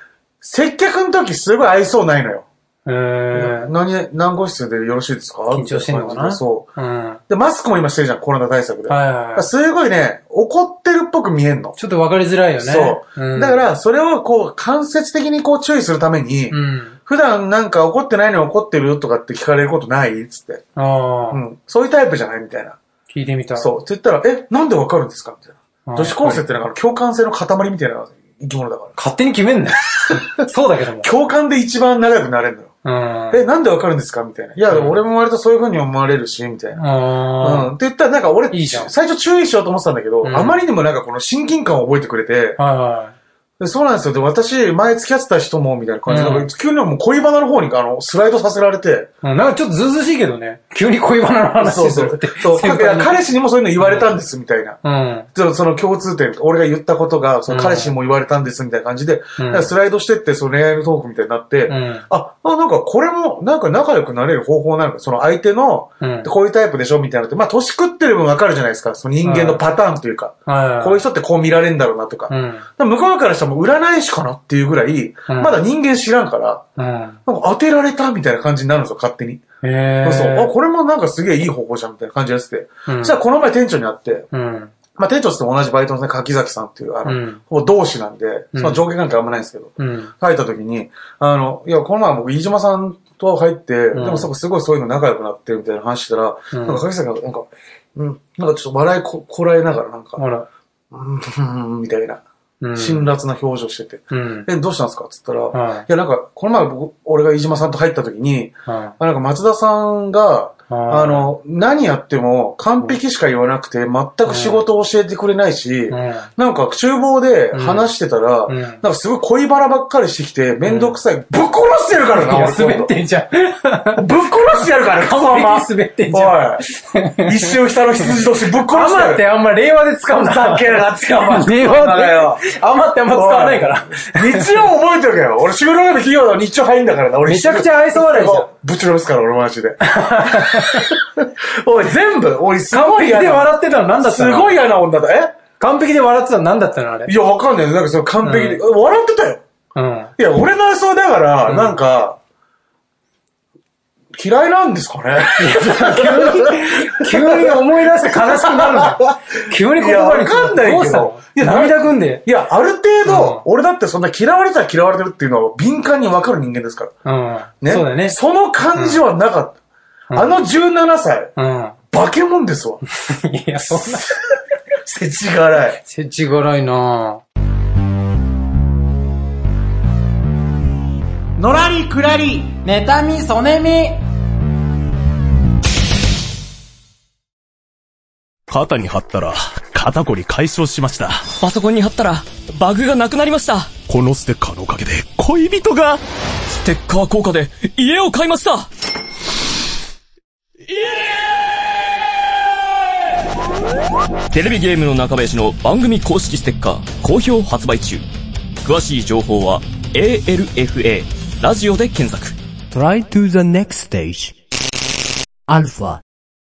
Speaker 1: 接客の時すごい愛想ないのよ。
Speaker 2: うーん。
Speaker 1: 何、何号室でよろしいですか
Speaker 2: 緊張してんの
Speaker 1: み
Speaker 2: か
Speaker 1: たい感じで
Speaker 2: な
Speaker 1: そう。
Speaker 2: うん。
Speaker 1: で、マスクも今してるじゃん、コロナ対策で。
Speaker 2: はいはいはい
Speaker 1: すごいね、怒ってるっぽく見えんの。
Speaker 2: ちょっと分かりづらいよね。
Speaker 1: そう。
Speaker 2: ん
Speaker 1: だか、ら、それをこう、間接的にこう注意するために、
Speaker 2: うん。
Speaker 1: 普段なんか怒ってないのに怒ってるとかって聞かれることないつって。
Speaker 2: あ
Speaker 1: う
Speaker 2: あ、
Speaker 1: ん。そういうタイプじゃないみたいな。
Speaker 2: 聞いてみた。
Speaker 1: そう。って言ったら、え、なんでわかるんですかみたい
Speaker 2: あ
Speaker 1: な。
Speaker 2: ー
Speaker 1: 女子高生ってなんか共感性の塊みたいな生き物だから。
Speaker 2: 勝手に決めんなよ。 <laughs> そうだけども。
Speaker 1: 共感で一番仲良くなれるのよ。
Speaker 2: うん。
Speaker 1: え、なんでわかるんですかみたいな。いや、
Speaker 2: うん
Speaker 1: 俺も割とそういう風に思われるし、みたいな。うん。
Speaker 2: あ
Speaker 1: って言ったら、なんか俺、
Speaker 2: いいじゃん
Speaker 1: 最初注意しようと思ってたんだけど、
Speaker 2: うん
Speaker 1: あまりにもなんかこの親近感を覚えてくれて
Speaker 2: あ。、はいはい。
Speaker 1: でそうなんですよ。で、私、前付き合ってた人も、みたいな感じで、
Speaker 2: うん
Speaker 1: なんか急にもう恋バナの方に、あの、スライドさせられて、
Speaker 2: うんなんかちょっとずうずうしいけどね。急に恋バナの
Speaker 1: そ
Speaker 2: 話
Speaker 1: う
Speaker 2: す
Speaker 1: そ
Speaker 2: るっ
Speaker 1: う
Speaker 2: て。。
Speaker 1: そう
Speaker 2: 先
Speaker 1: <laughs> か
Speaker 2: 輩に
Speaker 1: 彼氏にもそういうの言われたんです、みたいな。
Speaker 2: うん。
Speaker 1: そのその共通点、俺が言ったことが、その彼氏にも言われたんです、みたいな感じで、
Speaker 2: うん
Speaker 1: なんかスライドしてって、その恋愛のトークみたいになって、
Speaker 2: うん。
Speaker 1: あ、あなんかこれも、なんか仲良くなれる方法なのか、その相手の、
Speaker 2: うん。
Speaker 1: こういうタイプでしょみたいなのって、まあ、年食ってる分わかるじゃないですか。その人間のパターンというか、
Speaker 2: はいはい。
Speaker 1: こういう人ってこう見られるんだろうなとか。
Speaker 2: うん。
Speaker 1: でも向こうからしたらもう占い師かなっていうぐらい、
Speaker 2: うん
Speaker 1: まだ人間知らんから、
Speaker 2: うん。
Speaker 1: なんか当てられたみたいな感じになるんですよ、勝手に。
Speaker 2: へえ。
Speaker 1: そうあ、これもなんかすげえいい方向じゃんみたいな感じがして。
Speaker 2: うん
Speaker 1: そしたらこの前店長に会って、
Speaker 2: うん。
Speaker 1: まあ店長って言っても同じバイトの、ね、柿崎さんっていう、あの、
Speaker 2: うん
Speaker 1: ほぼ同志なんで、
Speaker 2: うん
Speaker 1: その上下関係あんまないんですけど、
Speaker 2: うん。
Speaker 1: 入った時に、あの、いや、この前僕、飯島さんと入って、
Speaker 2: ん
Speaker 1: でもそこすごいそういうの仲良くなって、みたいな話したら、
Speaker 2: うん
Speaker 1: なんか、柿崎さんが、なんか、うん、なんかちょっと笑いここらえながら、なんか、
Speaker 2: ほら。
Speaker 1: うん、うんみたいな、
Speaker 2: うん。
Speaker 1: 辛辣な表情してて、
Speaker 2: うん。
Speaker 1: え、どうしたんですかって言ったら、
Speaker 2: はい
Speaker 1: いや、なんか、この前僕、俺が飯島さんと入った時に、
Speaker 2: は
Speaker 1: あなんか松田さんが、
Speaker 2: い。はい
Speaker 1: あ、の、何やっても完璧しか言わなくて、全く仕事を教えてくれないし、
Speaker 2: う
Speaker 1: なんか厨房で話してたら、
Speaker 2: ん。うん。
Speaker 1: なんかすごい恋バラばっかりしてきて、めんどくさい。ぶっ殺してるから
Speaker 2: い
Speaker 1: な、
Speaker 2: や
Speaker 1: 俺
Speaker 2: 滑ってんじゃ
Speaker 1: ぶ
Speaker 2: ん。
Speaker 1: っ殺してやる
Speaker 2: <laughs>
Speaker 1: から、クソ
Speaker 2: 完
Speaker 1: マ
Speaker 2: 璧に滑ってんじゃん。
Speaker 1: おい。一瞬下の羊としてぶっ殺して
Speaker 2: 余
Speaker 1: や
Speaker 2: って
Speaker 1: る。
Speaker 2: あんま令和で使うな。
Speaker 1: ふざけるな使わな
Speaker 2: <laughs>
Speaker 1: い
Speaker 2: 令和で。余ってあんま使わないから。
Speaker 1: おい。日曜覚えてるけよ。俺収録日の企業の日曜入んだからな、俺。
Speaker 2: めちゃくちゃ愛想悪いじゃん。
Speaker 1: ぶちのめすから、俺マジ
Speaker 2: <laughs>
Speaker 1: で。おい、全部、俺す
Speaker 2: 完
Speaker 1: ごい
Speaker 2: 璧
Speaker 1: 嫌
Speaker 2: で
Speaker 1: な。
Speaker 2: 笑ってたの何だった
Speaker 1: す
Speaker 2: の
Speaker 1: ごい嫌な女だ。え
Speaker 2: 完璧で笑ってたの何だったのあれ
Speaker 1: い。や、わかんない。なんかその完璧に。笑ってたよ。
Speaker 2: うん。
Speaker 1: いや、俺の予想だから、なんか、嫌いなんですかね
Speaker 2: 急に思い出して悲しくなるな。
Speaker 1: <laughs>
Speaker 2: 急に言葉に
Speaker 1: いやわかんないけど
Speaker 2: どう
Speaker 1: い
Speaker 2: した
Speaker 1: や
Speaker 2: の涙ぐん
Speaker 1: <laughs>
Speaker 2: で。
Speaker 1: いや、ある程
Speaker 2: うん
Speaker 1: 度、俺だってそんな嫌われたら嫌われてるっていうのは敏感にわかる人間ですから。
Speaker 2: うん。
Speaker 1: ね。
Speaker 2: そうだよね。
Speaker 1: その感じはなかった。あの17歳、
Speaker 2: う
Speaker 1: 化け物です
Speaker 2: <laughs>
Speaker 1: わ。 <laughs>
Speaker 2: ん。いや、そんな。
Speaker 1: 世知辛い。
Speaker 2: せちがらいな
Speaker 3: のらりくらり。
Speaker 2: 妬み、そねみ。
Speaker 3: 肩に貼ったら、肩こり解消しました。
Speaker 6: パソコンに貼ったら、バグがなくなりました。
Speaker 3: このステッカーのおかげで、恋人が、
Speaker 6: ステッカー効果で、家を買いましたテレビゲームの中林の番組公式ステッカー、好評発売中。詳しい情報は、ALFA、ラジオで検索。
Speaker 4: Try to the next stage. Alpha.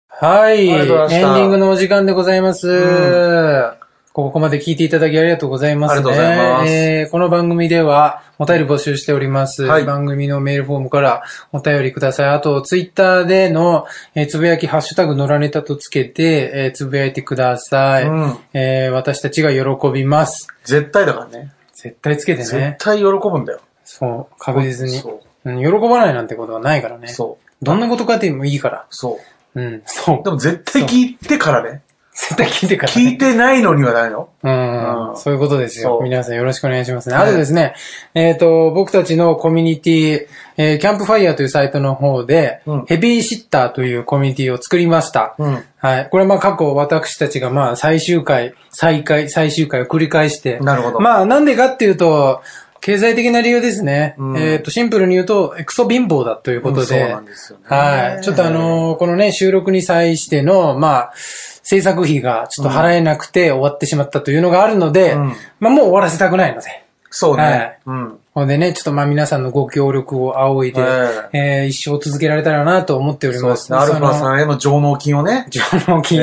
Speaker 2: はい。
Speaker 1: あ
Speaker 2: エ
Speaker 1: りがとうござ
Speaker 2: ンデ
Speaker 1: いました
Speaker 2: ィングのお時間でございます。ここまで聞いていただきありがとうございます、ね。
Speaker 1: ありがとうございます
Speaker 2: えーこの番組ではお便り募集しております。
Speaker 1: はい
Speaker 2: 番組のメールフォームからお便りください。あと、ツイッターでの、えーつぶやき、ハッシュタグ、のらネタとつけて、えーつぶやいてください、
Speaker 1: うん
Speaker 2: えー私たちが喜びます。
Speaker 1: 絶対だからね。
Speaker 2: 絶対つけて
Speaker 1: 絶
Speaker 2: ね。
Speaker 1: 対喜ぶんだよ。
Speaker 2: そう、確実に。
Speaker 1: そ
Speaker 2: うん、喜ばないなんてことはないから
Speaker 1: う。
Speaker 2: ね。
Speaker 1: そう。
Speaker 2: どんなことかってもいいから。
Speaker 1: そう。
Speaker 2: うん、そう
Speaker 1: で。も絶対聞いてからね。
Speaker 2: 絶対聞いてから、ね。
Speaker 1: 聞いてないのにはないの。
Speaker 2: うん
Speaker 1: う、ん
Speaker 2: そういうことです
Speaker 1: そ。
Speaker 2: よ
Speaker 1: う
Speaker 2: 皆さんよろしくお願いしますね。
Speaker 1: はい
Speaker 2: あとですね、えっ、と、僕たちのコミュニティ、えーキャンプファイヤーというサイトの方で、
Speaker 1: うん
Speaker 2: ヘビーシッターというコミュニティを作りました。
Speaker 1: うん
Speaker 2: はい。これはまあ過去私たちがまあ最終回、再開、最終回を繰り返して、
Speaker 1: なるほど。
Speaker 2: まあなんでかっていうと、経済的な理由ですね。
Speaker 1: うん
Speaker 2: えっ、と、シンプルに言うと、クソ貧乏だというこ
Speaker 1: うん
Speaker 2: と
Speaker 1: そう
Speaker 2: で、
Speaker 1: なんですよね。
Speaker 2: はい。ちょっとあのーこのね、収録に際しての、まあ、制作費がちょっと払えなくて終わってしまったというのがあるので、
Speaker 1: うん
Speaker 2: まあもう終わらせたくないので。
Speaker 1: そう
Speaker 2: は
Speaker 1: ね
Speaker 2: い。
Speaker 1: うん。
Speaker 2: ほんでね、ちょっとまあ皆さんのご協力を仰いで、
Speaker 1: は
Speaker 2: えー一生続けられたらなと思っており
Speaker 1: そう
Speaker 2: ま。
Speaker 1: ですすね。アルファ
Speaker 2: その
Speaker 1: さんへの上納金をね。
Speaker 2: 上納金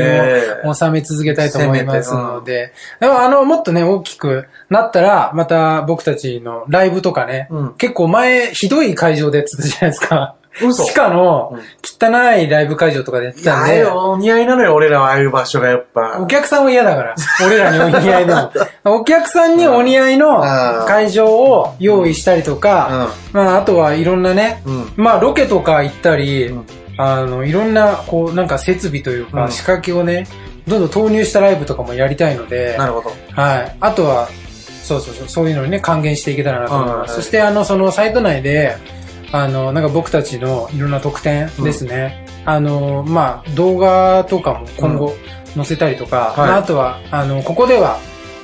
Speaker 2: を納め続けたいと思いますので、でもあの、もっとね、大きくなったら、また僕たちのライブとかね、
Speaker 1: うん
Speaker 2: 結構前、ひどい会場でやってたじゃないですか。
Speaker 1: 嘘
Speaker 2: 地下の
Speaker 1: うん
Speaker 2: 汚いライブ会場とかでやって
Speaker 1: い
Speaker 2: たん
Speaker 1: や
Speaker 2: で、
Speaker 1: よ、お似合いなのよ、俺らはああいう場所がやっ
Speaker 2: お
Speaker 1: ぱ。
Speaker 2: 客さんは嫌だから。俺らにお似合
Speaker 1: <laughs>
Speaker 2: いの。お客さんにお似合いの
Speaker 1: うん
Speaker 2: 会場を用意したりとか、まあ、あとはいろんなね、
Speaker 1: うん
Speaker 2: まあ、ロケとか行ったり、
Speaker 1: ん
Speaker 2: あの、いろんな、こう、なんか設備という
Speaker 1: う
Speaker 2: か、
Speaker 1: ん
Speaker 2: 仕掛けをね、どんどん投入したライブとかもやりたいので、
Speaker 1: なるほど。
Speaker 2: はい。あとは、そうそうそう、そういうのにね、還元していけたらなと思いま
Speaker 1: う
Speaker 2: す。
Speaker 1: ん
Speaker 2: そして、あの、そのサイト内で、あの、なんか僕たちのいろんな特典ですね。あの、まあ、動画とかも今後載せたりとか、
Speaker 1: はい
Speaker 2: まあ、あとは、あの、ここでは、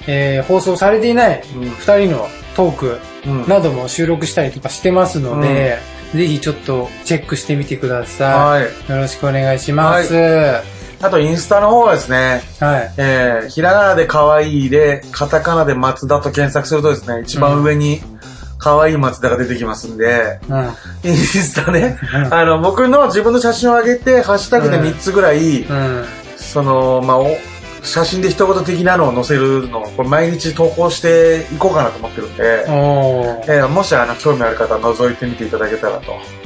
Speaker 2: えー放送されていない
Speaker 1: うん
Speaker 2: 二人のトーク
Speaker 1: うん。
Speaker 2: なども収録したりとかしてますので、ぜひちょっとチェックしてみてくださ
Speaker 1: はい。
Speaker 2: い。よろしくお願いします。は
Speaker 1: あと、インスタの方はですね、
Speaker 2: い。はい。
Speaker 1: えー、ひらがなで可愛いで、カタカナで松田と検索するとですね、一番上に可愛い松田が出てきますんで、
Speaker 2: うん。
Speaker 1: インスタね
Speaker 2: う、ん
Speaker 1: あの、僕の自分の写真を上げて、ハッシュタグで3つぐらい、
Speaker 2: うん。
Speaker 1: その、まあ、お写真で一言的なのを載せるのを、これ毎日投稿していこうかなと思ってるんで、
Speaker 2: おー。
Speaker 1: えー、もしあの、興味ある方は覗いてみていただけたらと。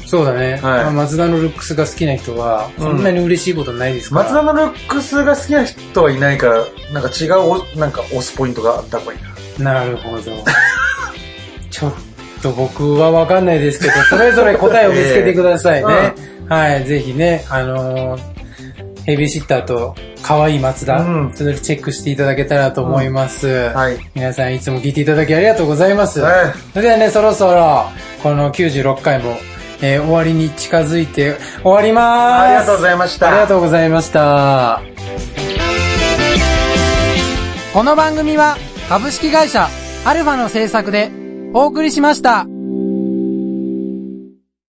Speaker 2: そうだね。
Speaker 1: はい
Speaker 2: まあ松田のルックスが好きな人は、
Speaker 1: うん
Speaker 2: こんなに嬉しいことないですから。
Speaker 1: 松田のルックスが好きな人はいないから、なんか違うお、なんか押すポイントがあった方がいいな。
Speaker 2: なるほど。 <laughs> ちょっと僕はわかんないですけど、それぞれ答えを見つけてください
Speaker 1: <laughs>
Speaker 2: ね。はい、ぜひね、あのーヘビーシッターと可愛い松田、
Speaker 1: うん
Speaker 2: それチェックしていただけたらと思います。
Speaker 1: はい。
Speaker 2: 皆さんいつも聞いていただきありがとうございます。
Speaker 1: はい
Speaker 2: それではね、そろそろ、この96回も、えー終わりに近づいて、終わりまーす。
Speaker 1: ありがとうございました
Speaker 2: ありがとうございました。この番組は、株式会社、アルファの制作で、お送りしました。